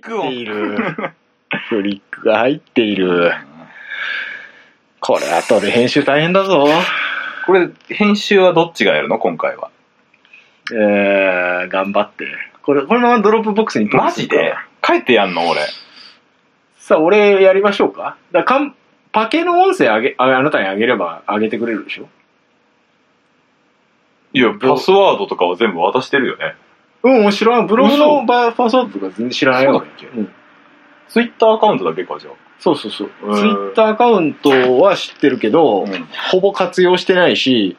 ク音。いる。フリックが入っている。これ後で編集大変だぞ。これ、編集はどっちがやるの今回は。えー、頑張って。これ、このままドロップボックスにマジで帰ってやんの俺。さあ、俺やりましょうか。だからかん、パケの音声あげ、ああなたにあげればあげてくれるでしょいや、パスワードとかは全部渡してるよね。うん、もう知らん。ブログのバーパスワードとか全然知らないそうよだっ。けうんツイッターアカウントだけか、じゃあ。そうそうそう。うんツイッターアカウントは知ってるけど、ほぼ活用してない し、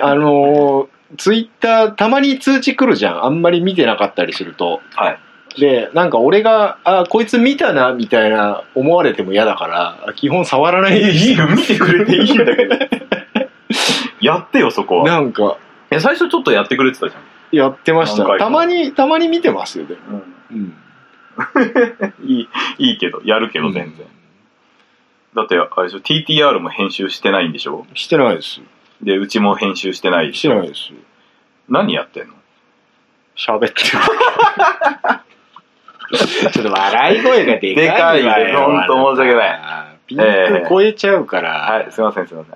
あのー、ツイッターたまに通知来るじゃん。あんまり見てなかったりすると。はい。で、なんか俺が、あ、こいつ見たな、みたいな思われても嫌だから、基本触らないでいいよ、見てくれていいんだけど。やってよ、そこは。 なんか、いや最初ちょっとやってくれてたじゃん。やってました何回。かたまに、たまに見てますよ、でも。うん。いい、いいけど、やるけど全然。だって、あれでしょ、TTR も編集してないんでしょしてないです。で、うちも編集してないでしてないです。何やってんの喋ってる。 ちょっと笑い声がでかいわでかいねほんと申し訳ないい。ピンク超えちゃうから、はい、すいません、すいません。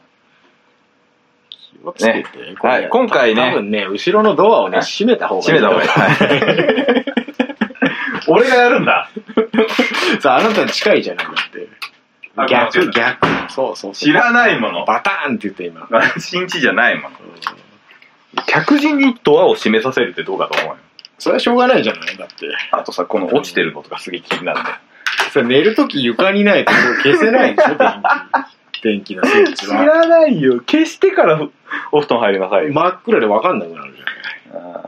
気をつけて、これはい今回ね多分ね、後ろのドアをね、はい閉めた方がいい。閉めた方がいい。はい 俺がやるんだ。 さあ、あなた近いじゃないだって。あごめ逆、んな逆。そうそうそう。知らないもの。バターンって言った今。 新地じゃないもの。客人にドアを閉めさせるってどうかと思うよ。それはしょうがないじゃないだって。あとさ、この落ちてるのとかすげえ気になるんだよ。それ寝るとき床にないともう消せないでしょ、電 気。電気のスイッチ知は。らないよ。消してからお布団入りなさいよ。真っ暗でわかんなくなるじゃん。あ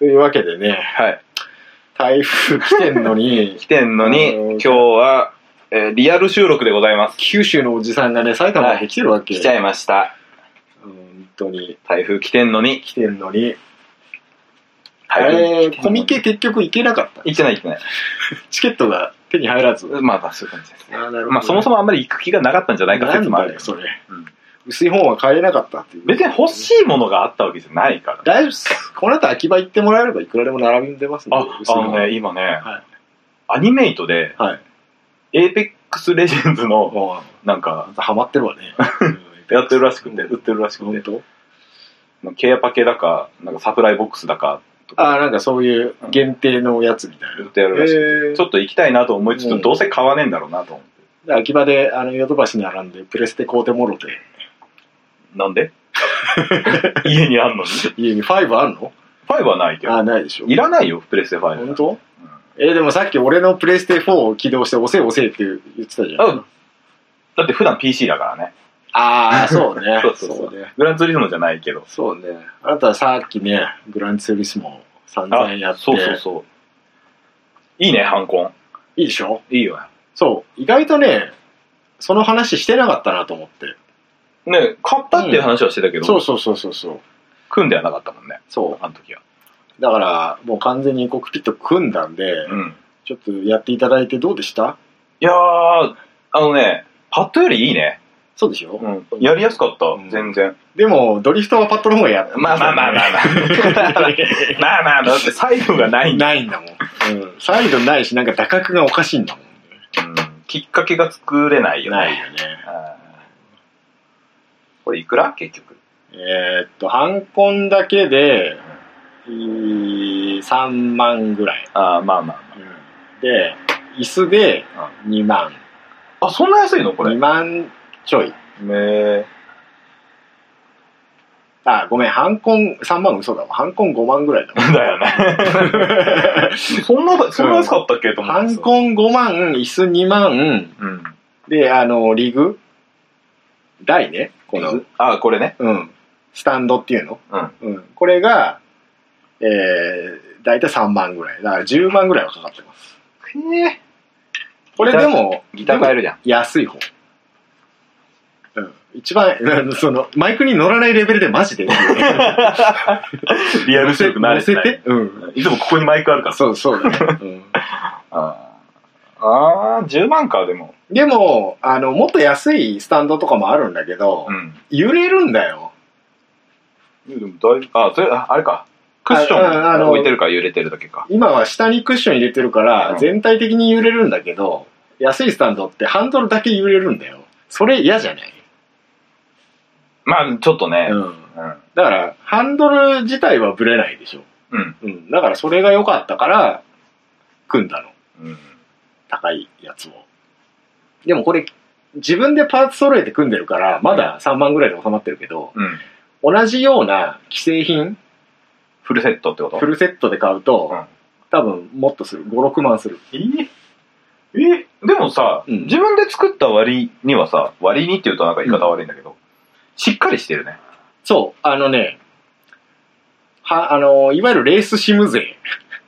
というわけでね、ーはい。台風来てんのに来、てんのに、うん今日は、えーリアル収録でございます。 九州のおじさんがね、埼玉まで来てるわけ。来ちゃいました。本当に。台風来てんのに。来てんのに。あ台風れ来てんのにコミケ結局行けなかった。行ってない行ってない。チケットが手に入らず。まあ、そういう感じです。あなるまあ、そもそももあんまり行く気がなかったんじゃないかな説んもあだるよ、。それ。うん薄い本は買えなかったっていう。別に欲しいものがあったわけじゃないから。大丈夫っす。この後秋葉行ってもらえればいくらでも並んでますんであ、薄いあ本のね、今ね、はいアニメイトで、はい。エーペックスレジェンズの、もうなんあかん、たハマってるわね。 やってるらしくて、うん売ってるらしく本て、当ケアパケだか、なんかサプライボックスだか、ああ、なんかそういう限定のやつみたいな。売ってやるらしい。へーちょっと行きたいなと思いつつ、うんどうせ買わねえんだろうなと思って。で秋葉で、あの、ヨドバシ並んで、プレステ買うてもろて、なん で家にあんのに。家に5あんの5はないけあど。あ、ないでしょ。いらないよ、プレステ5。本当えーでもさっき俺のプレイステ4を起動して、押せ押せって言ってたじゃん。うんだって普段 PC だからね。ああ、そうね 。そうそうそうね。グランツーリスモじゃないけど。そうね。あなたはさっきね、グランツーリスモ散あ々やって、そうそうそう。いいね、ハンコン。いいでしょいいよそう。意外とね、その話してなかったなと思って。ね。ね買ったっていう話はしてたけど、そうそうそうそうそう。組んではなかったもんね、そあの時は。う。だから、もう完全にコックピット組んだんで、うん。ちょっとやっていただいてどうでしたいやー、あのね、パッドよりいいね。そうでしょ、うん。やりやすかった、うん全然。でも、ドリフトはパッドの方がやってまあまあまあまあま あ。 まあまあ、だってサイドがないんだ。ないんだもん。うん。サイドないし、なんか打角がおかしいんだもん。うん。きっかけが作れないよね。ないよね。あーこれいくら結局。えーっと、ハンコンだけで、えー3万ぐらい。ああ、まあまあで、椅子で2万。まあ。あ、そんな安いのこれ。 2ね万ちょい。え。あ、ごめん、ハンコン3万嘘だわ。ハンコン5万ぐらいだわ。だよ ね。そんな、そんな安かったっけと思ハっンてさ。コン5万、椅子2万、うん。で、あの、リグ台ね。この、あ、これね。うん。スタンドっていうのうん。うん、これが、えー、大体3万ぐらい。だから10万ぐらいはかかってます。これでも、ギター買えるじゃん。安い方。うん。一番、 うんその、マイクに乗らないレベルでマジ で。リアルショック慣乗れてせないて。。うん。いつもここにマイクあるからさ。そうそうだね。うんあーあー、10万か、でも。でも、あの、もっと安いスタンドとかもあるんだけど、ん。揺れるんだよ。でもだいぶ、あ、それ、ああれか。クッシあああョンの置いてるから揺れてるだけか。今は下にクッション入れてるからうん全体的に揺れるんだけど、安いスタンドってハンドルだけ揺れるんだよそれ嫌じゃない、まあ、ちょっとね。うん、うん。だからハンドル自体はブレないでしょ、うん。うん、だからそれが良かったから組んだのうん。高いやつをでもこれ自分でパーツ揃えて組んでるからまだ3万ぐらいで収まってるけどうん。同じような既製品フルセットってことフルセットで買ううとん多分もっとする56万するええでもさ、うん自分で作った割にはさ、割にって言うとなんか言い方悪いんだけど、しっかりしてるね。そうあのねはあのいわゆるレースシム勢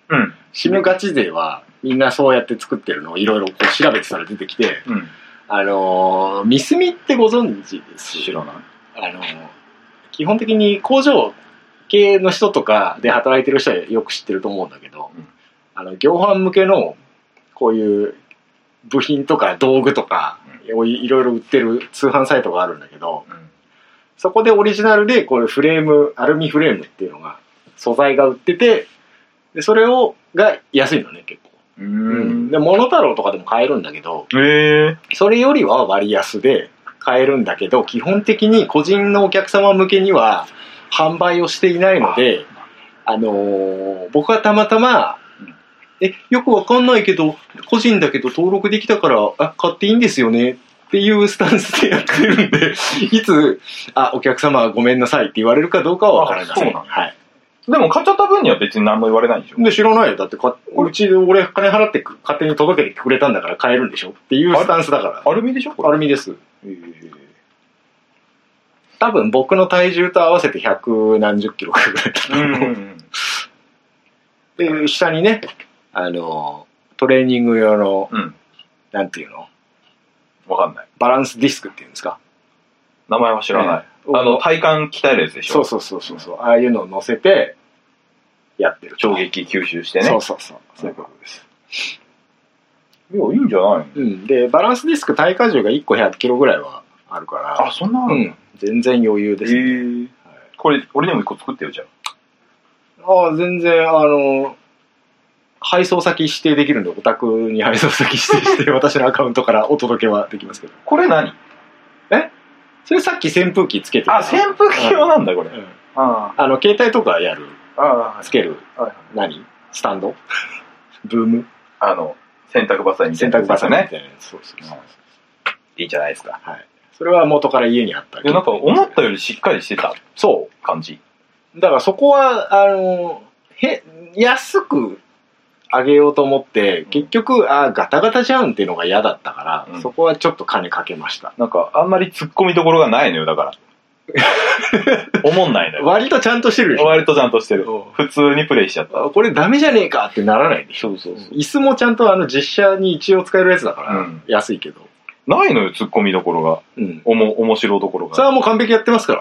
うん。シムガチ勢はみんなそうやって作ってるのをいろいろこう調べてたら出てきてうん。あのーミスミってご存知です知らない。あの基本的に工場系の人とかで働いてる人はよく知ってると思うんだけど、うんあの業販向けのこういう部品とか道具とかをいいろいろ売ってる通販サイトがあるんだけどうん。そこでオリジナルでこういうフレームアルミフレームっていうのが素材が売っててでそれをが安いのね結構、ううんんでモノタロウとかでも買えるんだけどへえそれよりは割安で買えるんだけど、基本的に個人のお客様向けには販売をしていないので、あのー僕はたまたまうん、え、よくわかんないけど、個人だけど登録できたから、あ、買っていいんですよねっていうスタンスでやってるんで、 いつ、あ、お客様ごめんなさいって言われるかどうかはわからあなそうい。なんだはい。でも買っちゃった分には別に何も言われないんでしょで、知らないよ。だってか、うちで俺金払ってく勝手に届けてくれたんだから買えるんでしょっていうスタンスだから。アルミでしょこアれ。ルミです。へえ多分僕の体重と合わせて百何十キロぐらいだとう思う、ん。で下にねあのトレーニング用のうん。なんていうのわかんない。バランスディスクっていうんですか名前は知らない。うんあの、体幹鍛えるやつでしそょうそうそうそうそうああいうのを乗せてやってる衝撃吸収してね。そうそうそうそういうことです、いや、いいんじゃないのうん、でバランスディスク体荷重が1個100キロぐらいはあるからあ、そんなあうるんだん、全然余裕です、へねえこれ、俺にも一個作ってよ、じゃあ。はいああ全然あの配送先指定できるんでお宅に配送先指定 して私のアカウントからお届けはできますけどこれ何それさっき扇風機つけてたあ、扇風機用なんだ、これ。うんああの、携帯とかやる、あ、ああつける、何スタン ドブームあの、洗濯バサミみた洗いな濯やつバですサよミみね。たいなやつ。そうそうそう。いいじゃないですか。はい。それは元から家にあった。いや、なんか思ったよりしっかりしてたそ感じ。う。だからそこは、あの、へ、安く上げようと思って、結局、あガタガタじゃんっていうのが嫌だったから、うんそこはちょっと金かけました。なんか、あんまり突っ込みどころがないのよ、だから。思んないのよ。割とちゃんとしてるでしょ割とちゃんとしてる。う普通にプレイしちゃった。んこれダメじゃねえかってならないでしょそうそ椅子もちゃんとあの実写に一応使えるやつだから、うん安いけど。ないのよ、突っ込みどころが。うん。おも、面白どころそれが。はもう完璧やってますか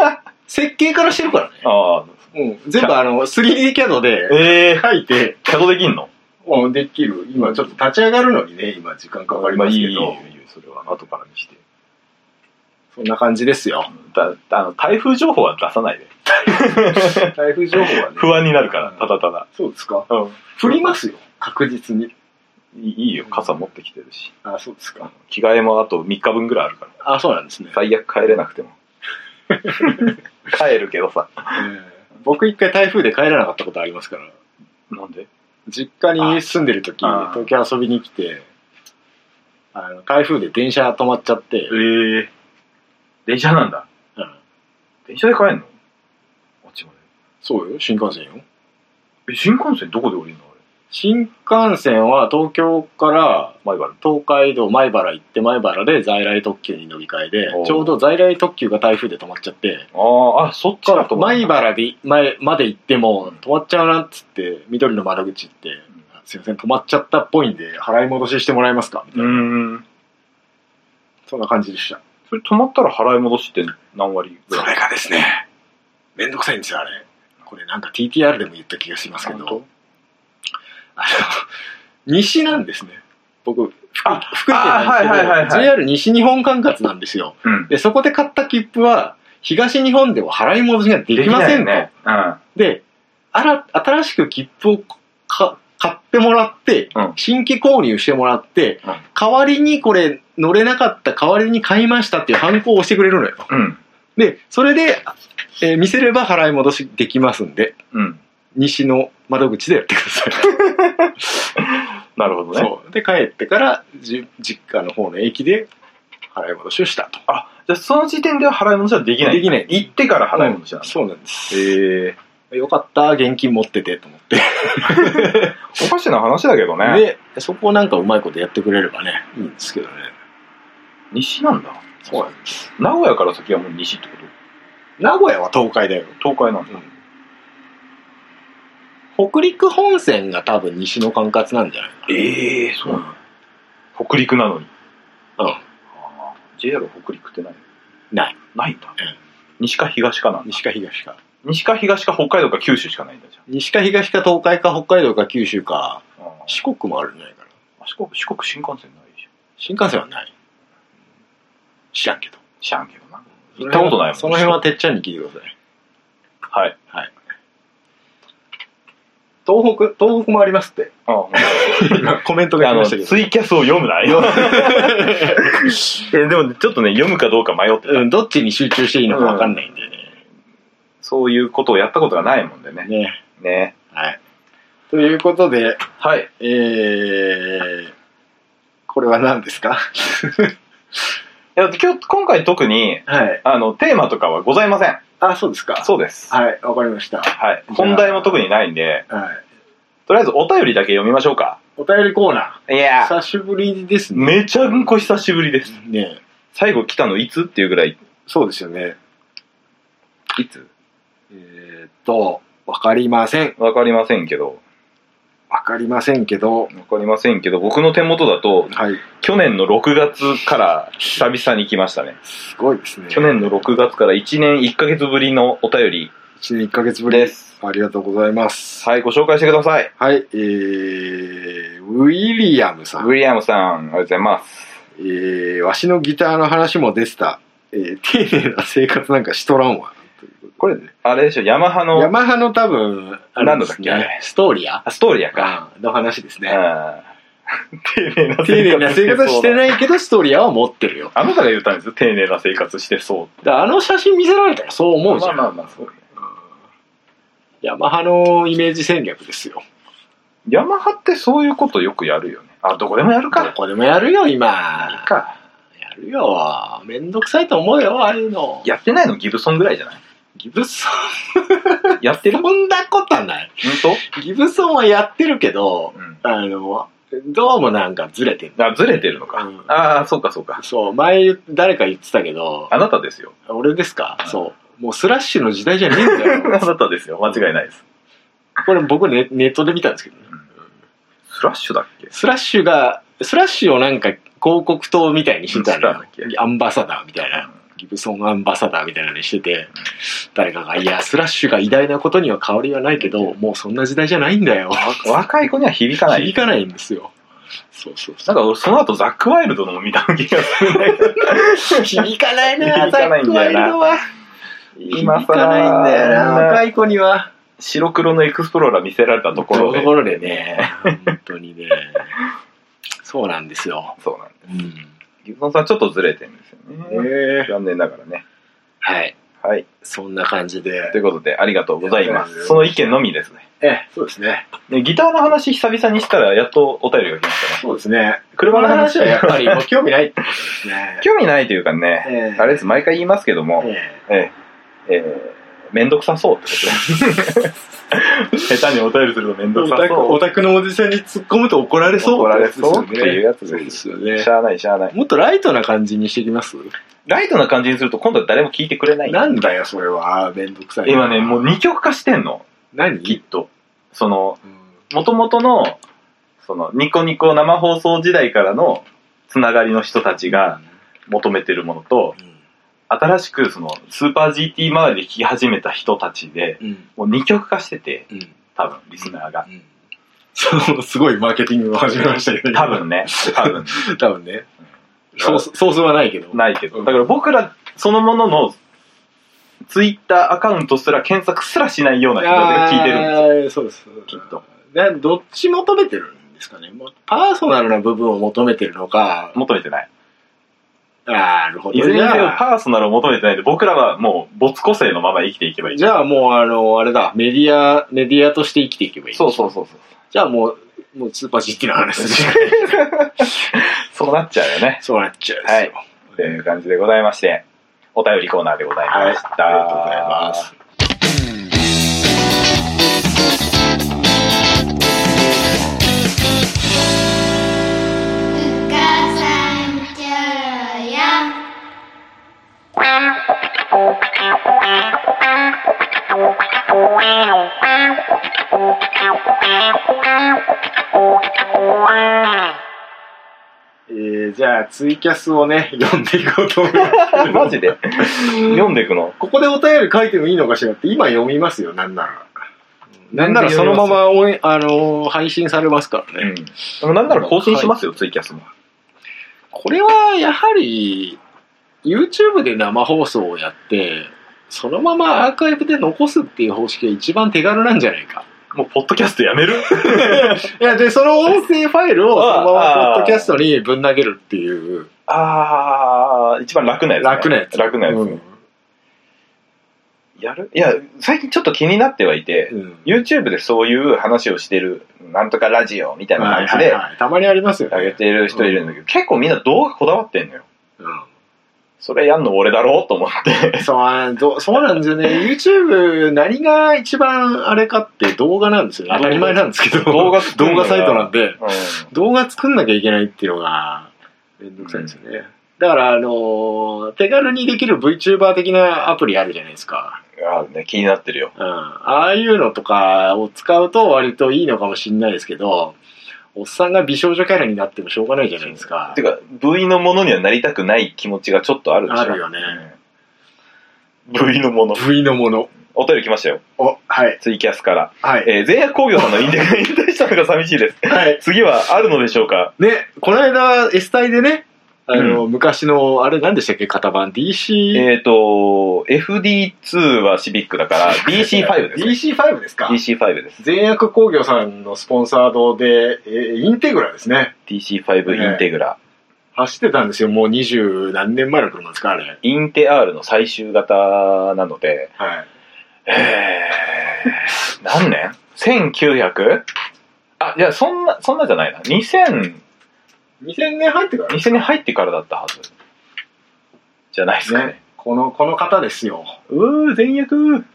ら。 設計からしてるからね。ああ、うん。全部あの、3D キャドでええ書いて、キャドできんのうん、できる。今ちょっと立ち上がるのにね、今時間かかりますけど、まあいいよいいよそれは後からにして。そんな感じです よ。だあの台風情報は出さないで。台風情報はね。不安になるから、ただただ。そうですかうん。降りますよ。確実に。いいいいよ、傘持ってきてるし。あ、そうですか。着替えもあと3日分ぐらいあるから。あ、そうなんですね。最悪帰れなくて も。帰るけどさ。えー僕一回台風で帰らなかったことありますから。なんで実家に住んでる時、あ東京遊びに来て、あの、台風で電車止まっちゃって、ええ電車なんだ。うん電車で帰んのあっちまそうよ、新幹線よ。で。え、新幹線どこで降りるの新幹線は東京からあれ。前原。東海道米原行って米原で在来特急に乗り換えでおうちょうど在来特急が台風で止まっちゃってああ、あ、そっちだと思う。米原で前まで行ってもうん止まっちゃうなっつって緑の窓口行ってん「すいません止まっちゃったっぽいんで払い戻ししてもらえますか」みたいうな、ーん。そんな感じでしたそれ止まったら払い戻しって何割ぐらそいれがですねめんどくさいんですよあれこれなんか TTR でも言った気がしますけ本どあの西なんですね僕福あ福井県なんあはいはいはでいはすいけど JR 西日本管轄なんですようん。で、そこで買った切符は、東日本では払い戻しができませんと。ね。うん。で、あら、新しく切符をか買ってもらって、うん新規購入してもらって、うん代わりにこれ乗れなかった代わりに買いましたっていう反抗を押してくれるのよ。うん。で、それで、えー見せれば払い戻しできますんで、うん。西の窓口でやってください。なるほどね。そう。で、帰ってから、じ実家の方の駅で払い戻しをしたと。あ、じゃあその時点では払い戻しはできない。できない行ってから払い戻しなんだ。そうなんです。へえよかった、現金持っててと思って。おかしな話だけどね。で、そこをなんかうまいことやってくれればね、いいんですけどね。西なんだ。そうなんです。名古屋から先はもう西ってこ名古屋は東海だよ。と東海なんだ。北陸本線が多分西の管轄なんじゃないかええそうなの北陸なのに。な。あー JR 北陸ってないない。ないんだうん。西か東かなんだ。西か東か。西か東か北海道か九州しかないんだじゃん。西か東か東海か北海道か九州か、あー四国もあるんじゃないかな。四国、四国新幹線ないでしょ。新幹線はない。知らんけど。知らんけどな。行ったことないもんその辺はてっちゃんに聞いてください。はい。東北、東北もありますって。あーほんと今コメントがあありまの、したけどツイキャスを読むな よ。 えでも、ちょっとね、読むかどうか迷ってた。うん、どっちに集中していいのかわかんないんでね。そういうことをやったことがないもんでね。ね。ね。はい。ということで、はい。えー、これは何ですかいや今日、今回特に、はい。あの、テーマとかはございません。あ、そうですか。そうです。はい、わかりました。はい。本題も特にないんで、はい。とりあえずお便りだけ読みましょうか。お便りコーナいー。やー、久しぶりですね。めちゃんこ久しぶりです。ね最後来たのいつっていうぐらい、そうですよね。いつえーっと、わかりません。わかりませんけど、わかりませんけど、わかりませんけど、僕の手元だと、はい。去年の6月から久々に来ましたね。すごいですね。去年の6月から1年1ヶ月ぶりのお便り1年1ヶ月ぶりでです。す。ありがとうございます。はい、ご紹介してください。はい、えー、ウィリアムさウィん。リアムさん、ありがとうございます。えー、わしのギターの話も出てた。えー、丁寧な生活なんかしとらんわ。というこれね。あれでしょ、ヤマハヤの、マハの多分、何のだっけあれストーリアあストーリアか。の話ですうね。ん 丁寧な丁寧な生活はしてい。ないけど、ストーリアは持ってるよ。あなたが言ったんですよ、丁寧な生活してそうだからあの写真見せられたらそう思うじゃん。まあまあまあそうねうんヤマハのイメージ戦略ですよ。ヤマハってそういうことよくやるよね。あ、どこでもやるどか。こでもやるよ、今。か。やるよ。めんどくさいと思うよ、ああいうの。やってないのギブソンぐらい じゃないギブソやってン、るそほんんなことはない。とギブソンはやってるけど、うん。あの、どうもなんかずれてる。あ、ずれてるのか。うんああ、そうかそうか。そう、前言誰か言ってたけど、あなたですよ。俺ですか、うんそう。もうスラッシュの時代じゃねえんあだな よ。たですよ。間違いないです。これ僕ネネットで見たんですけどね、うんスラッシュだっけスラッシュが、スラッシュをなんか広告塔みたいにしてたのうんよしてたんだっ。アンバサダーみたいな。ギブソンアンバサダーみたいなのにしてて、誰かが、いや、スラッシュが偉大なことには変わりはないけど、もうそんな時代じゃないんだよ。うん若い子には響かない。響かないんですよ。そうそうなそんか俺その後ザックワイルドのも見た気がするんだけど。う。 響かないね、響かないザッんだよなクワイルドは。今響かないんだよな、更若い子には。白黒のエクスプローラー見せられたところで。ところで ね、本当にね。そうなんですよ。そうなんでうす。ん。ギブソンさんちょっとずれてるんですよね。残念ながらね。はい。はい。そんな感じでとい。うことで、ありがとうございまありがとうございますす。その意見のみですね。ええ、そうですね。ねギターの話久々にしたらやっとお便りが来ましたね。そうですね。車車のの話話ははややっっぱぱ りりもご興味ないってことですね。興味ないというかね、ええあれです、毎回言いますけども、えええええめんどくさそうって ことで下手にお便りするとめんえどくオさタクそオう。タクのおじさんに突っ込むと怒られそう怒られそうっていうやつそうで。ですすよねし。ゃあないしゃあない。もっとライトな感じにしてきますライトな感じにすると今度は誰も聞いてくれない。なんだよ、それは。めんどくさいな。今ね、もう二極化してんの、何きっと。その、うんもともとの、その、ニコニコ生放送時代からのつながりの人たちが求めてるものと、新しくその、スーパー GT 周りで聞き始めた人たちで、うん。もう二極化してて、うん。多分、リスナーが。うんそう、すごいマーケティングを始めましたけど、多分ね、多分、多分ねうん。ソース、ソースはないけど。ないけど。うんだから僕らそのものの、ツイッターアカウントすら検索すらしないような人たちが聞いてるんですよ。るんですそうです。きっとなどっち求めてるんですかねもうパーソナルな部分を求めてるのか、求めてない。なるほいど。ずれじにせよゃあ、パーソナルを求めてないんで、僕らはもう没個性のまま生きていけばいい。じゃあもうあの、あれだ、メディア、メディアとして生きていけばいい。そうそうそうそう。じゃあもう、もうスーパー GT の話です。そうなっちゃうよね。そうなっちゃうんですはいよ。という感じでございまして、お便りコーナーでございました。ありがとうございます。。母さん、今日よ。えー、じゃあツイキャスをね、 読んでいこうと思います。 マジで読んでいくのここでお便り書いてもいいのかしらって今読みますよ、なんなら。なんならそのままオンエあのー配信されますからね。うん。なんなら更新しますよ、ツイキャスも。これはやはり YouTube で生放送をやってそのままアーカイブで残すっていう方式が一番手軽なんじゃないかもう、ポッドキャストやめるいやでその音声ファイル をそあのままあポッドキャストにぶん投げるっていうあー、一番楽なやつ、楽なやつ楽なやつ、うんやるいや、最近ちょっと気になってはいて、うん YouTube でそういう話をしてる、なんとかラジオみたいなはい感じはいで、はいたまにありますよ上げねてる人いるんだけど、結構みんな動画こだわってんのよ。うんそれやんの俺だろうと思って。そうあどそうなんですよね YouTube 何が一番あれかって動画なんですよね当たり前なんですけど動画作 る動のが画サイトなんでう動画作んなきゃいけないっていうのがめんどくさいんですよね、だからあのー手軽にできる VTuber 的なアプリあるじゃないですか、ん。あーね、気になってるよ。うん、ああいうのとかを使うと割といいのかもしれないですけどおっさんが美少女キャラになってもしょうがないじゃないですかてか、部位のものにはなりたくない気持ちがちょっとあるでしょ。あるよねうん。部位のもの。 V のものお便り来ましたよ。おはいツイキャスから。はいえー、前夜工業さんの引退引退したのが寂しいです。はい次はあるのでしょうかねこの間 S 隊でねあの、昔のあれ何でしたっけ型番 DC、えっ、ー、と、FD2 はシビックだ から、DC5 です、ね。 DC5 ですか DC5 です。全薬工業さんのスポンサードで、えーインテグラですね。 DC5 インテグラ。走ってたんですよ。もう二十何年前の車ですか、あれ。インテ R の最終型なので、はい。えー、何年 ?1900? あ、いや、そんな、そんなじゃないな。2000、 2000年入ってから2000年入ってからだったはず。じゃないですかね。ね。この、この方ですよ。うー、全役こ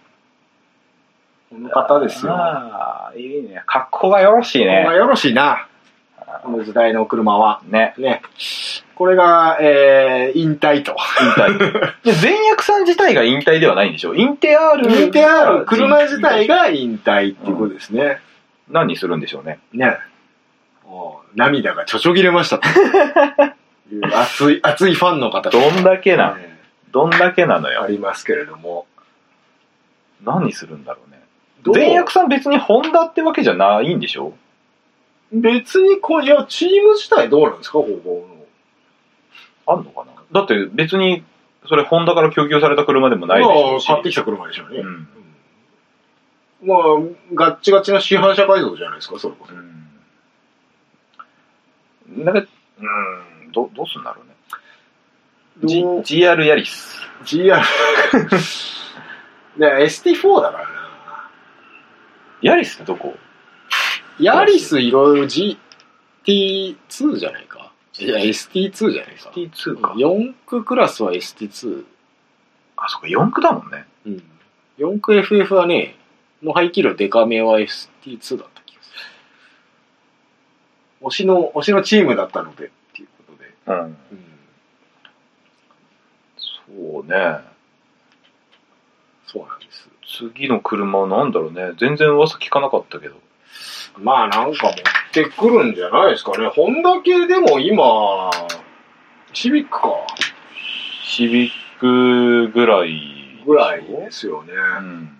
の方ですよ。こああ、いいね。格好がよろしいれねが。よろしいな。この時代の車は。ね。ね。これが、えー、引退と。引退。で、前役さん自体が引退ではないんでしょ引退 R。インテある車自体。が引退っていうことですね。何するんでしょうね。ね。もう涙がちょちょぎれました という熱い、熱いファンの方どんだけな、ねどんだけなのあよ。りますけれども。何するんだろうね。前役さん別にホンダってわけじゃないんでしょ別にこう、いや、チーム自体どうなんですか、ここの。あんのかなだって別に、それホンダから供給された車でもないでしょうし。まあ買ってきた車でしょうね。うん。まあ、ガッチガチの市販車改造じゃないですか、それこそ。うん。なんか、うん、どどうすんだろうね。G- どう GR ヤリス。 GR。ね ST4 だからな。ヤリスってどこヤリスいろいろ GT2 じゃないか。いや、ST2 じゃないか。 ?ST2 か。 4区クラスは ST2。あ、そっか、4区だもんね。うん。4区 FF はね、の排気量デカめは ST2 だった気がする。推しの、推しのチームだったので、っていうことで。うん。うん。そうね。そうなんです。次の車なんだろうね。全然噂聞かなかったけど。まあなんか持ってくるんじゃないですかね。ホンダ系でも今、シビックか。シビックぐらい。ぐらいですよね。うん。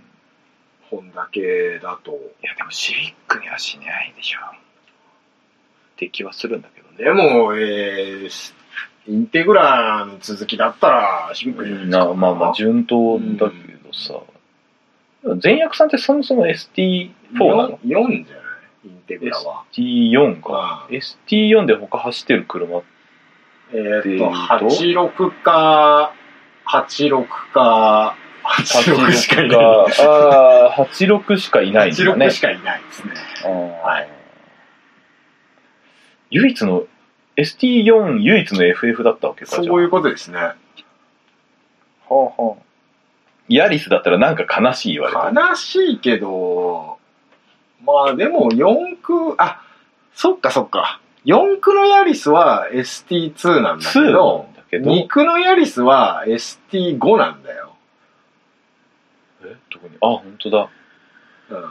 ホンダ系だと。いや、でもシビックにはしないでしょ。って気はするんだけどね。でも、えー、しインテグラの続きだったら、シビックじゃないですか。なまあまあ順当だけど、どさ、全薬さんってそもそも ST4 なの ?4 じゃないインテグラは。 ?ST4 か。まあ ST4 で他走ってるえー車っえーと、っ86か、86か、86しかいない。ああ、86しかいないんだね86。しかいないですね。はい唯一の ST4 唯一の FF だったわけかそういうこことですね。と、はあはあヤリスだったらなんか悲しい言われた、悲しいけど、まあでも4区、あ、そっかそっか。4区のヤリスは ST2 なんだけ2どな、んだけど2区のヤリスは ST5 なんだよ。え特にあ本当だうん。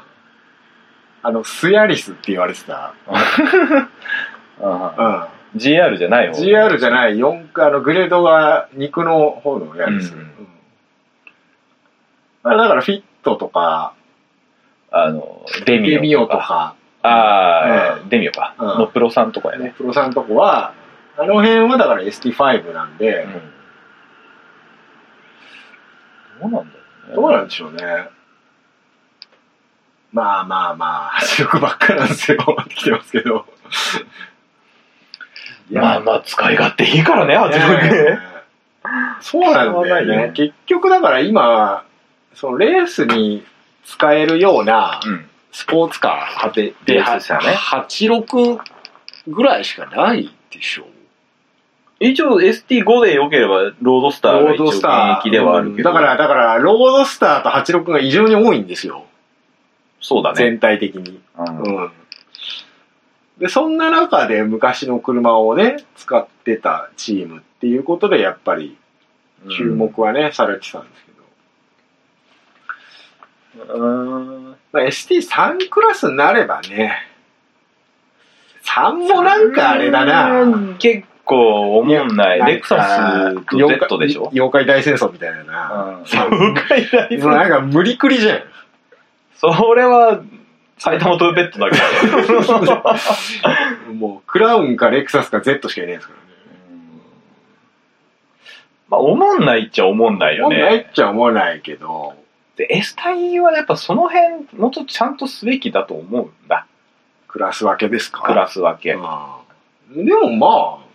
あの、スヤリスって言われてた。うああん。 GR じゃない方 GR じゃない、4区、あの、グレードが肉の方のヤリス。ううんんまあだからフィットとか、あのデミオデミオとか、ああ、うデミオか、うんのプロさんとかやね、プロさんとこは、あの辺はだから ST5 なんで、うん、どうなんだろうねどうなんでしょうね。まあまあまあ、圧力ばっかなんですよ。 来てますけど。いやまあまあ使い勝手いいからねい圧やいやい力やそうなんだしょうがないよねね。結局だから今、そのレースに使えるようなうんスポーツカーはて、レース車ね86ぐらいしかないでしょう。一応 ST5 で良ければロードスターが一応現役ではあるけど、うんだから、だから、ロードスターと86が異常に多いんですよ。そうだね、全体的に。うんうん。で、そんな中で昔の車をね、使ってたチームっていうことで、やっぱり注目はね、されてたんですけど。うんまあ、ST3 クラスになればね、3もなんかあれだな。結構思んないレクサスと Z でしょ妖怪妖怪大戦争みたいなな。妖怪大もうなんか無理くりじゃん。 それは埼玉トヨペットだけ どもうクラウンかレクサスか Z しかいないですからね。まあ思んないっちゃ思んないよ思わないねっちゃ思わないけど、で S 隊はやっぱその辺もうちょっとちゃんとすべきだと思うんだクラス分けですかクラス分け、うんでもまあ、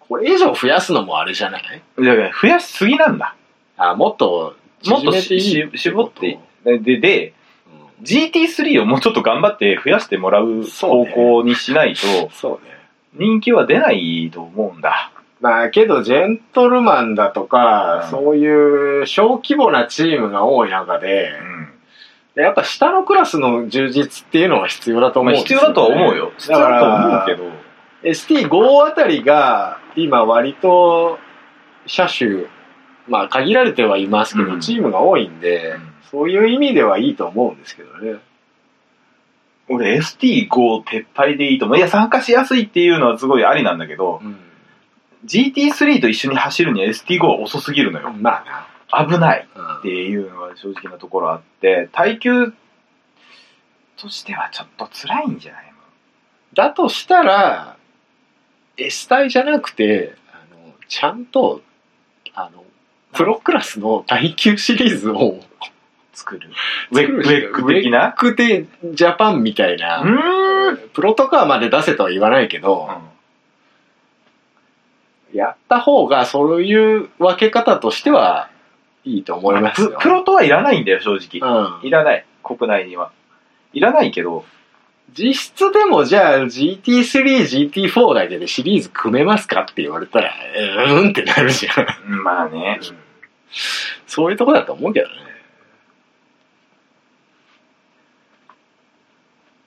これ以上増やすのもあれじゃないいやいや増やしすぎなんだあ、もっと、もっ縮とめていしいし絞ってこででとうん GT3 をもうちょっと頑張って増やしてもらうそう方ね向にしないとそうね。人気は出ないと思うんだまあけど、ジェントルマンだとか、うんそういう小規模なチームが多い中で、うんやっぱ下のクラスの充実っていうのは必要だと思うまあんです必よね、要だとは思うよ必要だとは思うけど ST5 あたりが今割と車種まあ限られてはいますけど、うんチームが多いんで、うんそういう意味ではいいと思うんですけどね俺 ST5 を撤廃でいいと思う。いや、参加しやすいっていうのはすごいありなんだけど、GT3 と一緒に走るには ST5 は遅すぎるのよ。まあ危ないな、っていうのが正直なところあって、耐久としてはちょっと辛いんじゃないだとしたら S 体じゃなくてあのちゃんとあのプロクラスの耐久シリーズを作る。ウェ作ック、ウるェック的なクテジャパンみたいうなーん。プロとかまで出せとは言わないけど、やった方がそういう分け方としてはいいと思いますよプ。プロとはいらないんだよ、正直。ういん、らない。国内には。いらないけど、実質でもじゃあ GT3、GT4 だけでシリーズ組めますかって言われたら、うーんってなるじゃん。うんまあね。そういうとこだと思うけどね。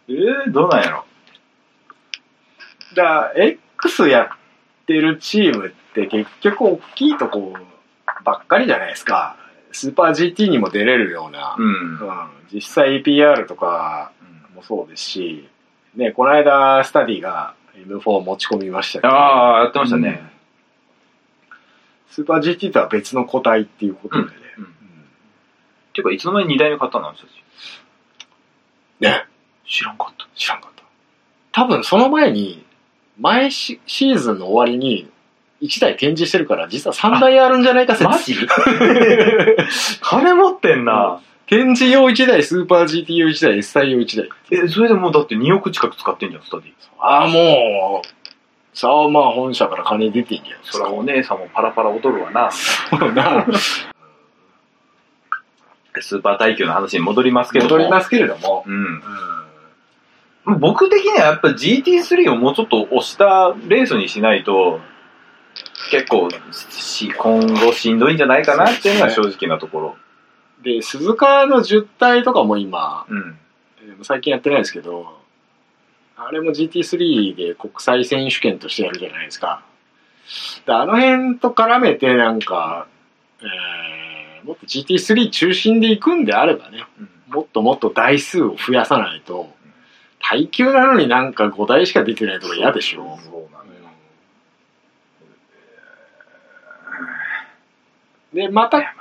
えー、どうなんやろ。だから X やってるチームって結局大きいとこばっかりじゃないですか。スーパー GT にも出れるような。うん。うん、実際 EPR とかうんもそうですし、ね、この間、スタディが M4 持ち込みましたけどああ、やってましたね。うんスーパー GT とは別の個体っていうことでね。うんうんうんていうか、いつの間に2台目買ったのあの人たちね、知らんかった。知らんかった。多分その前に、前シシーズンの終わりに、 1台展示してるから、実は3台あるんじゃないか説。マジ金持ってんな。 展示用1台、スーパー GT 用1台、S 対用1台。え、それでもうだって2億近く使ってんじゃん、スタディ。ああ、もう、さあまあ本社から金出てんじゃん。そらお姉さんもパラパラ踊るわな。うな。スーパー耐久の話に戻りますけども。戻りますけれども。うん。僕的にはやっぱ GT3 をもうちょっと押したレースにしないと、結構し、今後しんどいんじゃないかなっていうのが正直なところ。で、鈴鹿の10体とかも今、うん。えー最近やってないですけど、あれも GT3 で国際選手権としてやるじゃないですか。であの辺と絡めてなんか、えーもっと GT3 中心で行くんであればね、もっともっと台数を増やさないと、耐久なのになんか5台しか出てないとか嫌でしょ。そうなのよで、また、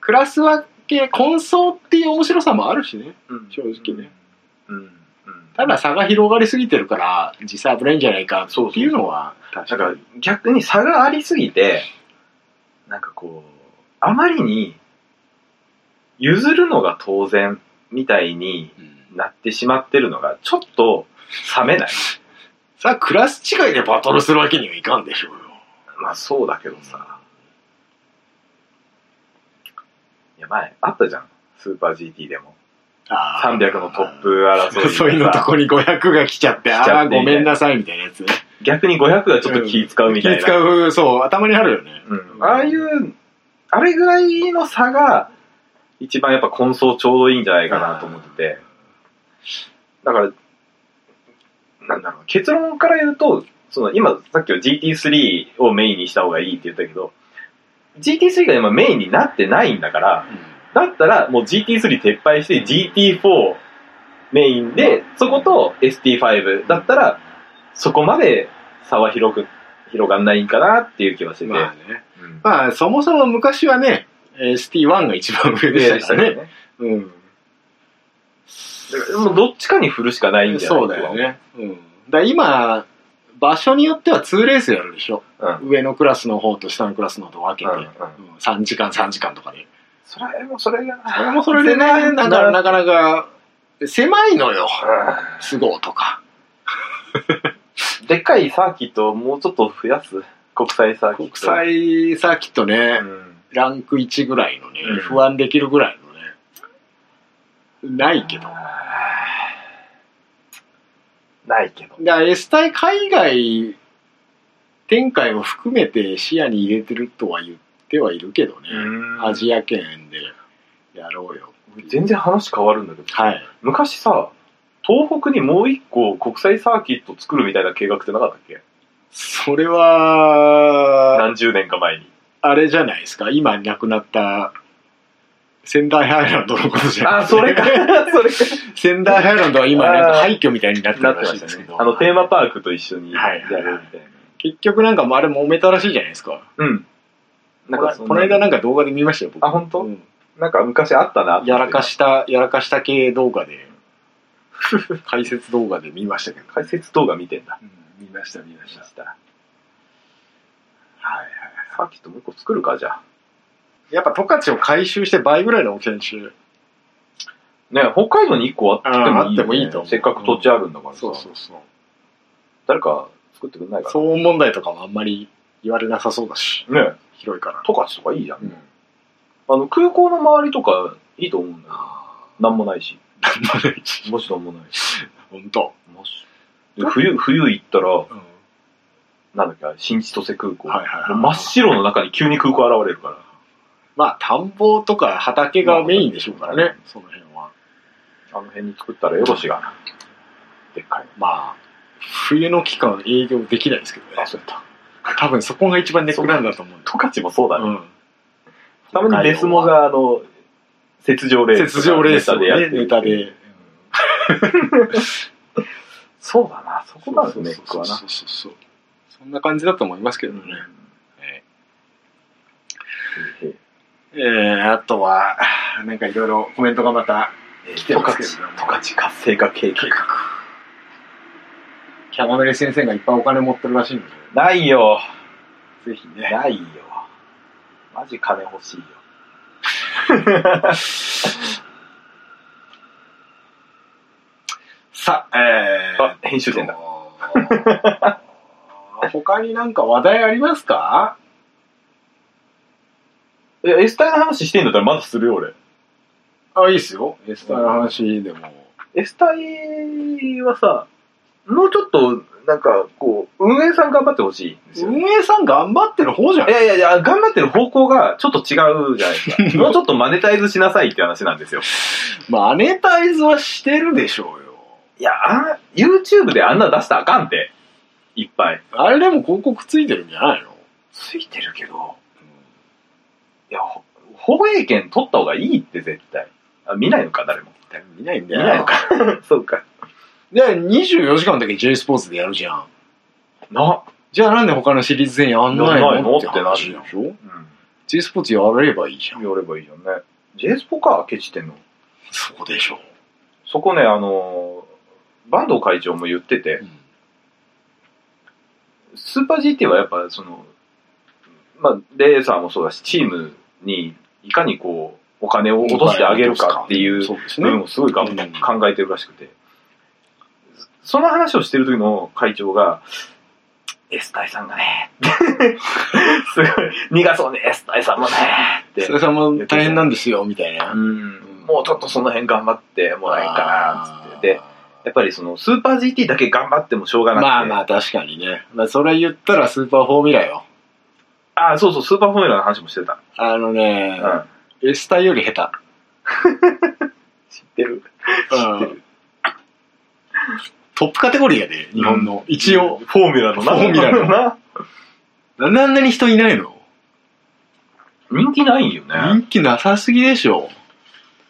クラス分け、混走っていう面白さもあるしね。うん正直ね。うん。うん。ただ差が広がりすぎてるから、実際危ないんじゃないかっていうのは、なんか逆に差がありすぎて、なんかこう、あまりに譲るのが当然みたいになってしまってるのが、ちょっと冷めない。さあ、クラス違いでバトルするわけにはいかんでしょうよ。まあそうだけどさ。いや前、あったじゃん。スーパー GT でも。あー300のトップ争いがさ。そういうのとこに500が来ちゃって、来ちゃあっあ、てごめんなさいみたいなやつ。逆に500がちょっと気使うみたいな。気使う、そう、頭にあるよね。うんああいう、あれぐらいの差が、一番やっぱ混走ちょうどいいんじゃないかなと思ってて。だから、なんだろう、結論から言うと、その今、さっきは GT3 をメインにした方がいいって言ったけど、GT3 が今メインになってないんだから、だったらもう GT3 撤廃して GT4 メインで、そこと ST5 だったら、そこまで差は広く、広がんないんかなっていう気はしてて。まあね。うんまあ、そもそも昔はね、ST1 が一番上でしたからね。ね。うん。だからもうどっちかに振るしかないんじゃないそうだよ。ね。うん。だから今、場所によっては2レースやるでしょ。う上のクラスの方と下のクラスの方と分うけんうて。ん。うん3時間3時間とかで。それもそれがな。それもそれでね、ななんんかかなかなか狭いのよ。都合とか。うんでっかいサーキットをもうちょっと増やす。国際サーキッ国ト。際サーキットね、うんランク1ぐらいのねうん、不安できるぐらいのね、ないけど。ないけど。だから S 対海外展開も含めて視野に入れてるとは言ってはいるけどね、アジア圏でやろうよ全然話変わるんだけど、はい昔さ、東北にもう一個国際サーキット作るみたいな計画ってなかったっけそれは何十年か前に。あれじゃないですか今亡くなった仙台ハイランドのことじゃないか。 それか。 仙台ハイランドは今なんかあー廃墟みたいになってなるってらましいしですたけね。どあの、テーマパークと一緒にやるみたいな。結局なんかもうあれ揉めたらしいじゃないですかうん。なんかそんなこの間なんか動画で見ましたよ僕あ本当うんなんか昔あったな。やらか。した、やらかした系動画 で、解説動画で見ましたけど。解説動画見てんだ。見ました、見ましまた。した。はいはい。サーキットもう一個作るか、じゃあ。やっぱ十勝を回収して倍ぐらいの大きさにしてね北海道に一個あってもいい、ね。あーあってもいいと思うせっかく土地あるんだからさ。うそう。誰か作ってくんないか騒音問題とかもあんまり言われなさそうだし、な。ね広いから。十勝とかいいじゃん。 うん。あの、空港の周りとかいいと思うんだよ。あなんもないし。あ、もしなんもないし。ほんと。もし。で冬、冬行ったら、うん。なんだっけあれ、新千歳空港。はいはいはいもう真っ白の中に急に空港現れるから。まあ、田んぼとか畑がメインでしょうからね、その辺は。あの辺に作ったらよろしがな。でっかいまあ、冬の期間営業できないですけどねの。あ、。そうやった。多分そこが一番ネックなんだと思うんだ十勝もそうだね。うん。たまにデスモが、あの、雪上レース。雪上レースをでやっね、てるネタ。で。そうだな、そこなんですね、ネックそうはなそう。そうそう。そんな感じだと思いますけどね。えー、あとは、なんかいろいろコメントがまたえ来ー十てま勝、すけ十どね勝活性化計画。計画。キャラメル先生がいっぱいお金持ってるらしいので、ないよ。ぜひね。ないよ。マジ金欲 しいよ。さ、えー、あ、編集点だ。だ。他になんか話題ありますかえ、エスタイの話してんだったらまだするよ、俺。あ、いいっすよ。エスタの話でも。エスタイはさ、もうちょっと、なんか、こう、運営さん頑張ってほしいんですよね。運営さん頑張ってる方じゃいないやいやいや、頑張ってる方向がちょっと違うじゃないですか。もうちょっとマネタイズしなさいって話なんですよ。マネタイズはしてるでしょうよ。いや、あ YouTube であんな出したらあかんって。いっぱい。あれでも広告ついてるんじゃないのついてるけど、いや、ほ放映権取った方がいいって絶対。あ見ないのか、誰も。見ないんだ見ないのよ。か。そうか。で、24時間だけ J スポーツでやるじゃん。な、じゃあなんで他のシリーズ戦やんないやんないののっっててなる話でしょうん。 ?J スポーツやればいいじゃん。やればいいよね。J スポか、ケチてんの。そこでしょ。そこね、あのー、坂東会長も言ってて、スーパー GT はやっぱその、まあ、レーサーもそうだし、チームにいかにこう、お金を落としてあげるかっていうそうです部分ね。をすごいがんうん考えてるらしくて、その話をしてる時の会長が、エスタイさんがね、 すごい、苦そうにエスタイさんもね、ってそ、れさんも大変なんですよ、みたいなう。ん、もうちょっとその辺頑張ってもらえんかな、つって。で、やっぱりその、スーパー GT だけ頑張ってもしょうがなくて。まあまあ確かにね。まあそれ言ったらスーパーフォーミュラよ。ああ、そうそう、スーパーフォーミュラーの話もしてた。あのね、うん。エスタより下知ってる。手。うんトップカテゴリーやで、日本の。一応。フォーミュラーのな。フォーミュラのな。なんであんなに人いないの人気ないんよね。人気なさすぎでしょ。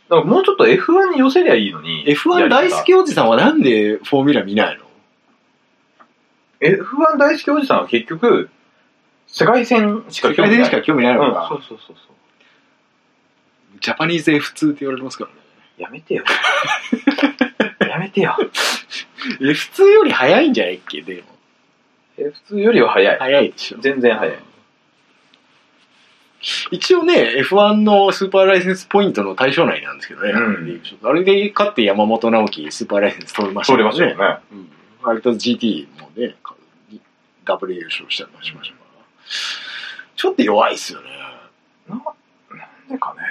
だからもうちょっと F1 に寄せりゃいいのに。 F1 大好きおじさんはなんでフォーミュラ見ないのやり方。F1 大好きおじさんは結局、世界戦しか世界ない戦しか興味ないうんの、そうか。そうそうそう。ジャパニーズ F2 って言われてますからね。や めてよ。やめてよ。 F2 より早いんじゃないっけでも。え普通よりは早い。早いでしょ。全然早い。一応ね、F1 のスーパーライセンスポイントの対象内なんですけどね。うんあれで勝って山本直樹、スーパーライセンス取りましたそかれらましたよね。うん、割と GT もね、ダブル優勝したりもしましたから。ちょっと弱いっすよね。ななんでかね。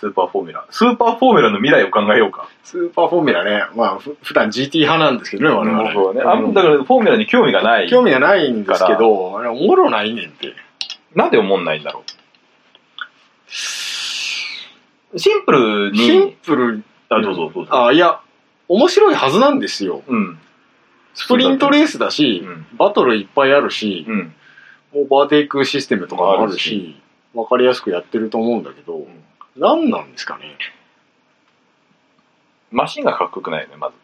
スーパーフォーミュラー。スーパーフォーミュラーの未来を考えようか。スーパーフォーミュラね、まあ、ふ普段 GT 派なんですけどね、我々。そうね。あうんんだからフォーミュラーに興味がない。興味がないんですけど、あれおもろないねんって。なんで思んないんだろう。シンプルに。シンプル、あ、どうぞどうぞ。あ、いや、面白いはずなんですよ。うん。スプリントレースだし、うん。バトルいっぱいあるし、うん。オーバーテイクシステムとかもあるあるし、わかりやすくやってると思うんだけど、何なんですかね。マシンがかっこよくないよね、まず。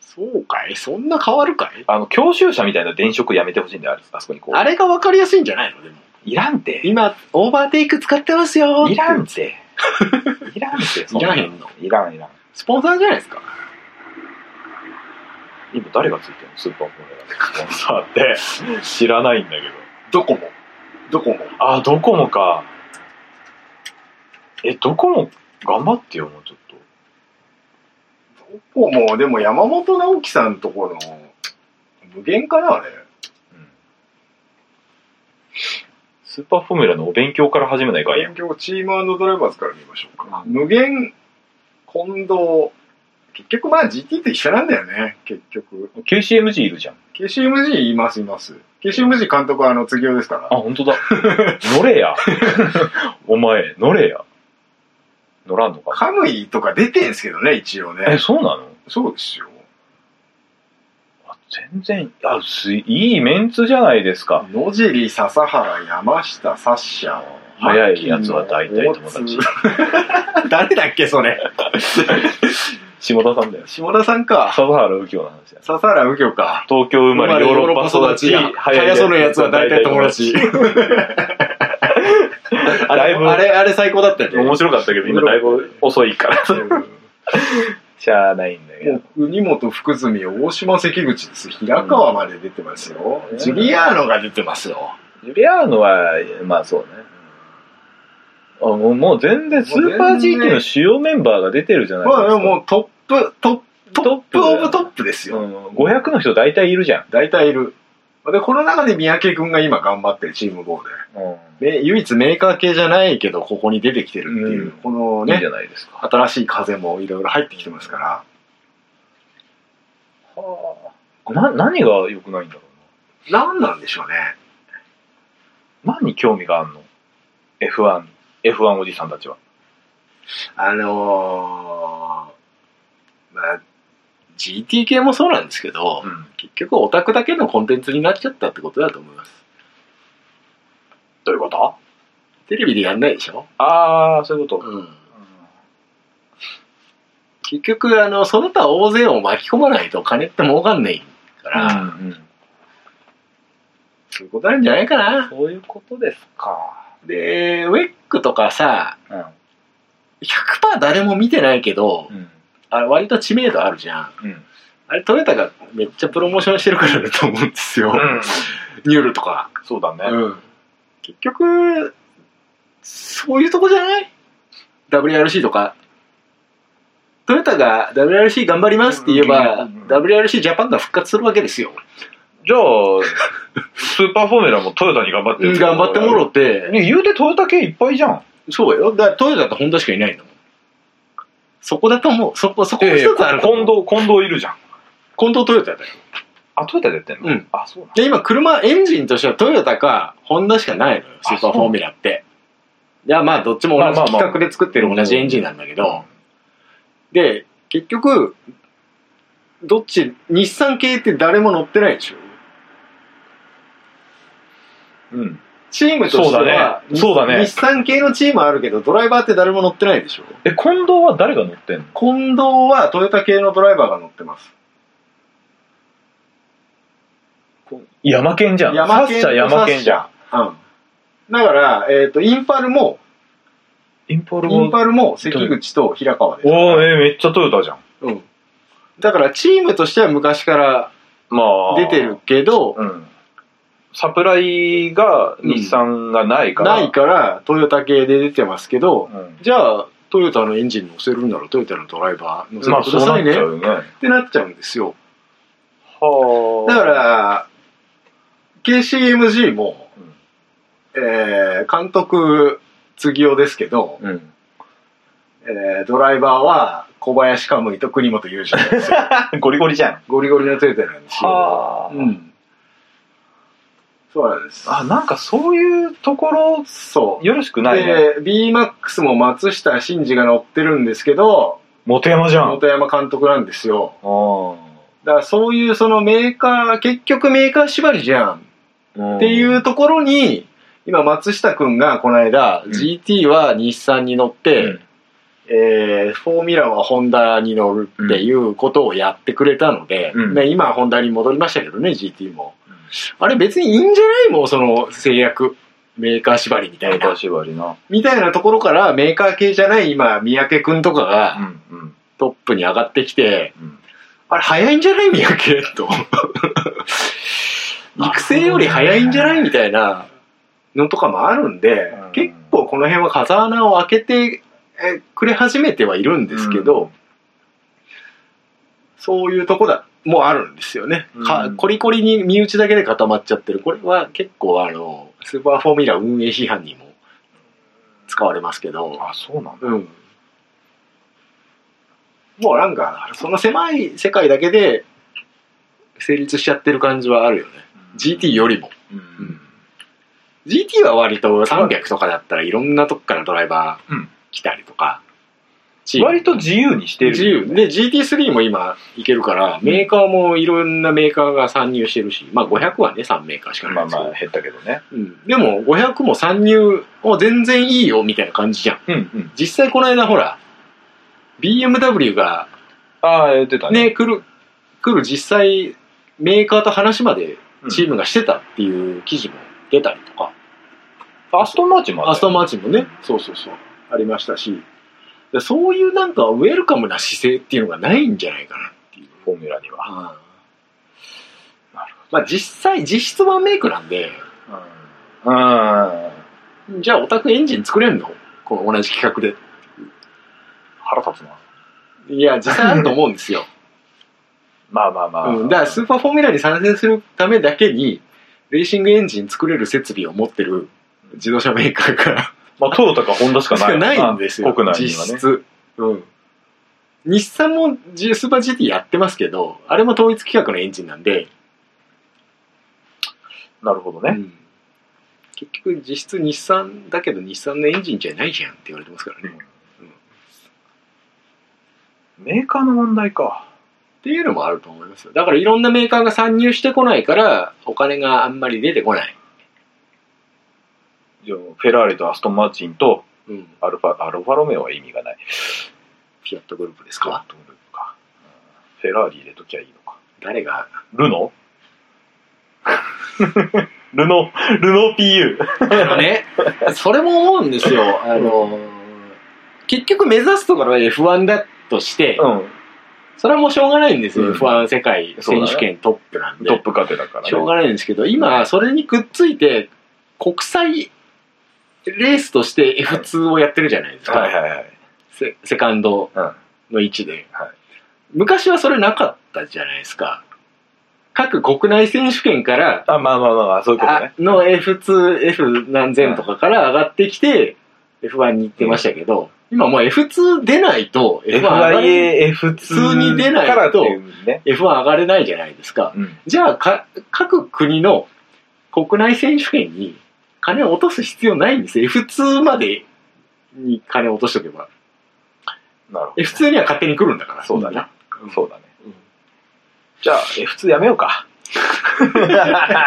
そうかいそんな変わるかいあの、教習車みたいな電飾やめてほしいんだよ、あれあそこにこう。あれがわかりやすいんじゃないのでも。いらんて。今、オーバーテイク使ってますよいらんて。いらんて、そいならへんの。いらん、いらん。スポンサーじゃないですか。今誰がついてるのスーパーフォーミュラーのスポンサーって。知らないんだけど。ドコモ。ドコモ。あ、ドコモか。え、ドコモ、頑張ってよ、もうちょっと。ドコモ、でも山本直樹さんとこの、無限かな、あれ。うんスーパーフォーミュラのお勉強から始めないかい勉強チームドライバーズから見ましょうか。無限、近藤、結局まあ GT と一緒なんだよね、結局。 ?QCMG いるじゃん。 KCMG いますいます。KCMG 監督はあの、次男ですから。あ、本当だ。乗れ や。お前、乗れや。乗らんのか。カムイとか出てんすけどね、一応え、ね。そうなのそうですよ。あ全然、あ、す、いいメンツじゃないですか。野尻、笹原、山下、サッシャ。早いやつは大体友達。 誰だっけ、それ。下田さんだ よ。下田さんか。笹原右京の話だよ。笹原右京か。東京生まれ、ヨーロッパ育ち、早そうなやつは大体友達。 だいぶあれ、あれ最高だったよね。 面白かったけど、今だいぶ遅いから。うんしゃあないんだけど。国本福住大島関口です平川まで出てますよ、ジュリアーノが出てますよジュリアーノは、まあそうね。あもうもう全然、スーパー GT の主要メンバーが出てるじゃないですまあか。でももうトップトップトトッッププオブトップですよ、うん、500の人大体いるじゃん。大体いるでこの中で三宅君が今頑張ってるチーム GO うでで唯一メーカー系じゃないけどここに出てきてるっていう、うんこのん、いいねじゃないですか。新しい風もいろいろ入ってきてますからな何が良くないんだろ何なんでしょうねうな。何に興味があんの ?F1、F1 おじさんたちは。あのーまあ GT 系もそうなんですけど、うん。結局オタクだけのコンテンツになっちゃったってことだと思いますどういうことテレビでやんないでしょ、ああ、そういうこと。うん、結局あのその他大勢を巻き込まないと金って儲かんないから、うんうんそういうことなんじゃないかなそういうことですか。でウェックとかさうん。 100%誰も見てないけどうん。あれ割と知名度あるじゃんうん。あれトヨタがめっちゃプロモーションしてるからだと思うんですよ、ニュールとか、そうだね。うん、結局そういうとこじゃない WRC とかトヨタが WRC 頑張りますって言えば、うん WRC ジャパンが復活するわけですよじゃあ、スーパーフォーメラもトヨタに頑張ってる頑張ってもろってね言うてトヨタ系いっぱいじゃん。そうよ。だからトヨタとホンダしかいないんだもん。そこだと思う。そこ、そこえがえ一つあると思う。近藤、近藤いるじゃん。近藤トヨタだよ。あ、トヨタでやってんのうん。あ、そうなんだ。で、今、車、エンジンとしてはトヨタかホンダしかないのよ。スーパーフォーミュラって。いや、まあ、どっちもまあ同まあじまあ企画で作ってる同じエンジンなんだけど。で、結局、どっち、日産系って誰も乗ってないでしょ。うん。チームとしてそうだはね、そうだね日産系のチームあるけど、ドライバーって誰も乗ってないでしょ。え、近藤は誰が乗ってんの近藤はトヨタ系のドライバーが乗ってます。山県じゃん。山県サッシャ山県じゃん。うん。だから、えっ、と、インパルも、インポールインも。パルも関口と平川です。おー、えーめっちゃトヨタじゃん。うん。だから、チームとしては昔からまあ。出てる。けど、うん。サプライが、日産がないから。ないからトヨタ系で出てますけど、うん。じゃあ、トヨタのエンジン乗せるんならトヨタのドライバー乗まあ、せてくそだうなさいっちね、ゃうよね。ってなっちゃうんですよ。はだから、KCMG も、うんえー監督、次男ですけど、うん。えードライバーは小林カムイと国本裕二なんですよ。ゴリゴリじゃん。ゴリゴリのトヨタなんですよ。はあ、うん。そうなんです。あ、なんかそういうところ、そう。よろしくないね。で、BMAX も松下慎二が乗ってるんですけど、モテ山じゃん。本山監督なんですよ。あだからそういうそのメーカー、結局メーカー縛りじゃんあ。っていうところに、今松下くんがこの間、うん GT は日産に乗って、えーフォーミュラはホンダに乗るっていうことをやってくれたので、うんね、今はホンダに戻りましたけどね GT も、うんあれ別にいいんじゃないもうその制約メーカー縛りみたいな縛りな。みたいなところからメーカー系じゃない今三宅くんとかうがんうんトップに上がってきてうん。あれ早いんじゃない三宅と育成より早いんじゃないみたいなのとかもあるんで、うん結構この辺は風穴を開けてえくれ始めてはいるんですけど、うんそういうとこだ、もうあるんですよね。かうんコリコリに身内だけで固まっちゃってる。これは結構あの、スーパーフォーミュラ運営批判にも使われますけど、あ、そうなんだ。うん。もうなんか、その狭い世界だけで成立しちゃってる感じはあるよね。GT よりも。うん。 GT は割と300とかだったらいろんなとこからドライバうんー来たりとか、チーうんム割と自由にしてる。自由。で、GT3 も今いけるから、メーカーもいろんなメーカーが参入してるし、まあ500はね、3メーカーしかなまいあんですまけど、あ、減ったけどね。うんでも500も参入、もう全然いいよ、みたいな感じじゃん。うんうん。実際この間ほら、BMW がああ、言ってたね。ね、来る、来る実際、メーカーと話までうんチームがしてたっていう記事も出たりとか、アストンマーチンもあアストンママーチンもね、そうそうそう、ありましたし、でそういうなんかウェルカムな姿勢っていうのがないんじゃないかなっていう。フォーミュラには。あまあ実際、実質ワンメイクなんで、うん。じゃあオタクエンジン作れんのこの同じ企画で。腹立つな。いや、実際あると思うんですよ。まあまあ まあ。うん、だからスーパーフォーミュラに参戦するためだけに、レーシングエンジン作れる設備を持ってる自動車メーカーからまあ、トヨタかホンダしかしないかよないんですよ。国内には実ね。質。うん。日産も G- スーパー GT やってますけど、あれも統一規格のエンジンなんで、なるほどうね。ん結局実質日産だけど日産のエンジンじゃないじゃんって言われてますからね。っメーカーの問題か。ていうのもあると思いますよ。だからいろんなメーカーが参入してこないから、お金があんまり出てこない。じゃあフェラーリとアストンマーチンとうん。アルファ、アルファロメオは意味がない。フィアットグループですかどういうのかうんフェラーリ入れときゃいいのか。誰が、ルノ ルノ、ルノ PU。 ね、それも思うんですよ。あの、結局目指すところは F1 だとして、うそれはもうしょうがないんですよ、うん F1 世界選手権トップなんん。で、トップカテだからね。しょうがないんですけど今それにくっついて国際レースとして F2 をやってるじゃないですか、はいはいはい。セセカンドの位置で、はい昔はそれなかったじゃないですか各国内選手権からあ、まあまあまあまあ、そういうことねあ。の F2F 何千とかから上がってきて F1 に行ってましたけど、今もう F2 出ないと F1 上がれ FIA、F2 普通に出ないとからっていうね。 F1 上がれないじゃないですか、うん。じゃあか、各国の国内選手権に金を落とす必要ないんですよ。F2 までに金を落としとけば。なるほどね。 F2 には勝手に来るんだから。そうだね。うんそうだね。うんじゃあ、F2 やめようか。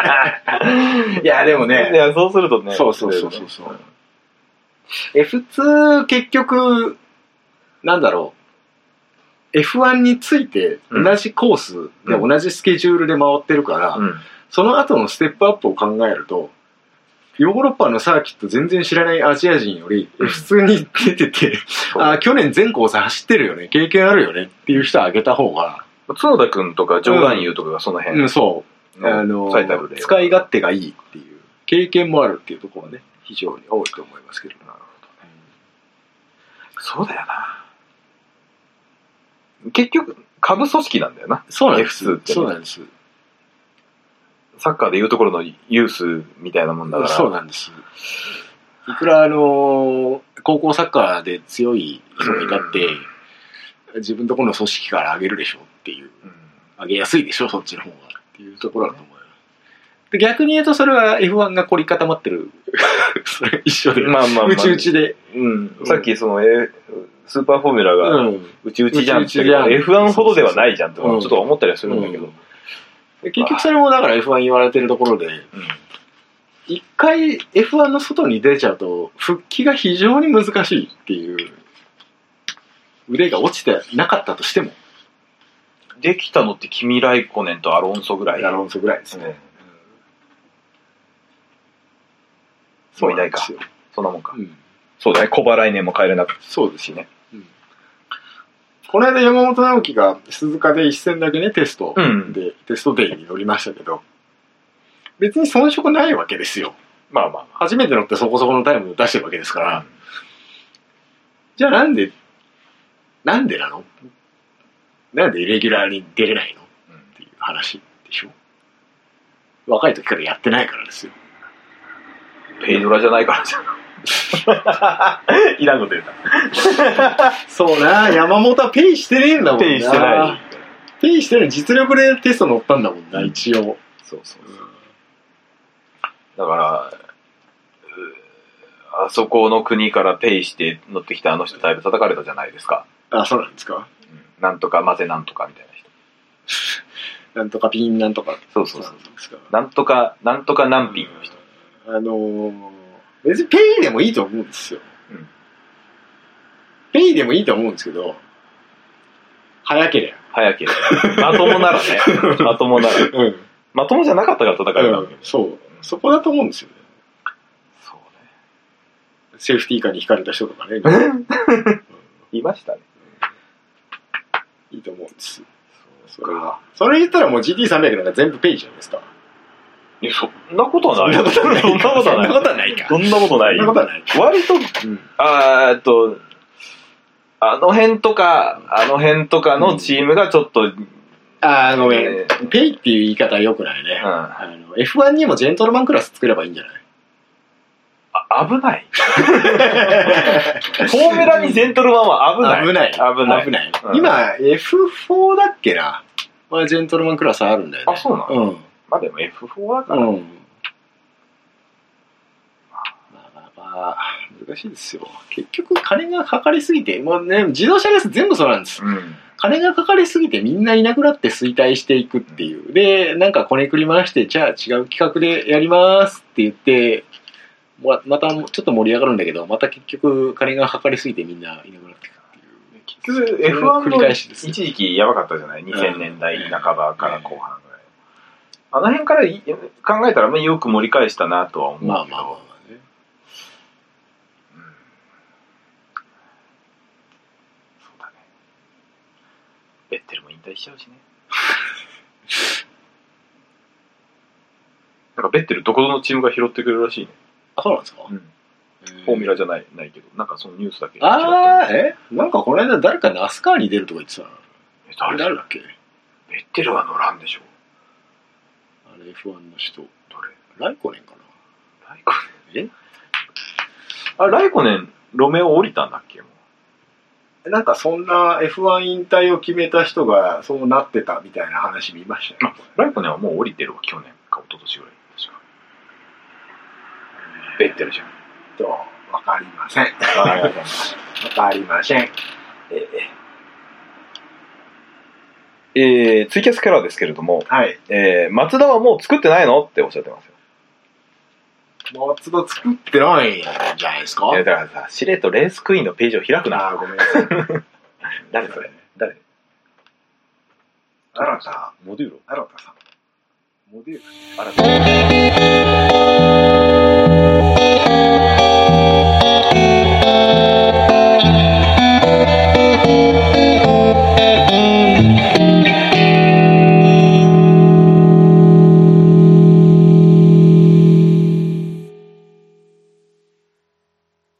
いや、でもいね、や、そうするとね。そうそうそうそうそう。F2 結局、なんだろう。F1 について同じコースでうん同じスケジュールで回ってるから、うん。その後のステップアップを考えると、ヨーロッパのサーキット全然知らないアジア人より、うん普通に出てて、そうあー去年全コース走ってるよね、経験あるよねっていう人あげた方が、角田くんとか上官優とかがその辺うん、そう、あのの最たる例。使い勝手がいいっていう、経験もあるっていうところはね、非常に多いと思いますけど。なるそうだよな。結局、下部組織なんだよな。そうなんです。 F2 ってねそうなんです。サッカーでいうところのユースみたいなもんだから。そうなんです。いくらあの高校サッカーで強い人がいたって、自分とこの組織から上げるでしょっていう。うん上げやすいでしょそっちの方がっていうところだと思うよで逆に言うとそれは F1 が凝り固まって るそれ一緒で、まあまあまあ。うちうちで、うん。さっきその、えスーパーフォーミュラうが、んうちうちじゃんって言ったうちうけちじゃどん F1 ほどではないじゃんってちそうそょうっそうと思ったりはするんだけど。で結局それもだから F1 言われてるところでうん一回 F1 の外に出ちゃうと復帰が非常に難しいっていう腕が落ちてなかったとしてもできたのって君ライコネンとアロンソぐらい。アロンソぐらいですうねん、もういないかそうんですよそんなもんか。うんそうだね。小払い年も帰れなくそうですしね。この間山本直樹が鈴鹿で一戦だけねテストうん。でテストデイに乗りましたけど別に遜色ないわけですよまあまあま初めて乗ってそこそこのタイムを出してるわけですから、あ。じゃあなんでなんでなのなんでイレギュラーに出れないのっていう話でしょ若い時からやってないからですよペイドラじゃないから じゃん。いらんこと言うな。そうな山本はペイしてねえんだもんなペイしてない。ペイしてない実力でテスト乗ったんだもんな一応そうそうそう。だから、うーあそこの国からペイして乗ってきたあの人だいぶ叩かれたじゃないですか。あそうなんですかうんなんとか混ぜなんとかみたいな人。なんとかピンなんとかそうそうそう。なんですかなんとか、なんとか何品の人。あのー別にペイでもいいと思うんですよ。うんペイでもいいと思うんですけど、早けれ早けれ ば。まともならね。まともなら。ば。うん。まともじゃなかったから叩かれたわけでそう。そこだと思うんですよね。そうね。 セーフティーカーに引かれた人とかね。いましたね。いいと思うんです。それは。それ言ったらもう GT300 なんか全部ペイじゃないですか。いや、そんなことはなそい。んなことないそんなことはない。とはないか。そんなことそなんいな。ことはない。割と、うんあーえっと、あの辺とか、あの辺とかのチームがちょっと、あー、ごめんえ。ペイっていう言い方は良くないね。うんあの F1 にもジェントルマンクラス作ればいいんじゃないあ危 ない。フォーメラにジェントルマンは危ない。危ない。危ない。危ない。うん今、F4 だっけな。まあ、ジェントルマンクラスあるんだよね。あ、そうなの、うん。まあでも F4 だから。うん。まあまあまあ、難しいですよ。結局、金がかかりすぎて、もうね、自動車レース全部そうなんです。うん。金がかかりすぎてみんないなくなって衰退していくっていう。で、なんかこねくり回して、じゃあ違う企画でやりますって言って、ままたちょっと盛り上がるんだけど、また結局金がかかりすぎてみんないなくなっていくっていう。結局それの F1 繰りも返しです一時期やばかったじゃない ?2000 年代半ばから後半ぐらい。あの辺からい考えたらまあよく盛り返したなとは思うけど。まあまあまあまあね。うんそうだね。ベッテルも引退しちゃ うしね。なんかベッテルどこのチームが拾ってくれるらしいね。あ、そうなんですか、フォーミュラじゃないないけど、なんかそのニュースだけ。ああ、えなんかこの間誰かナスカーに出るとか言ってたな。え誰だ誰だっけベッテルは乗らんでしょ。あれ F1 の人。どれライコネンかなライコネン。えあ、ライコネン、路面を降りたんだっけもなんかそんな F1 引退を決めた人がそうなってたみたいな話見ましたよ、うライコネンはもう降りてるわ、去年か一昨年ぐらい。確か。ベッテルじゃん。と、わかりません。わかりません。えー、ツイキャスキャラですけれども、はい。えー、松田はもう作ってないのっておっしゃってますよ。松田作ってないんじゃないですかいや、だからさ、しれっとレースクイーンのページを開くな。あーごめんな さい。誰それ誰新田、モデューロ新田さん。モデル。新た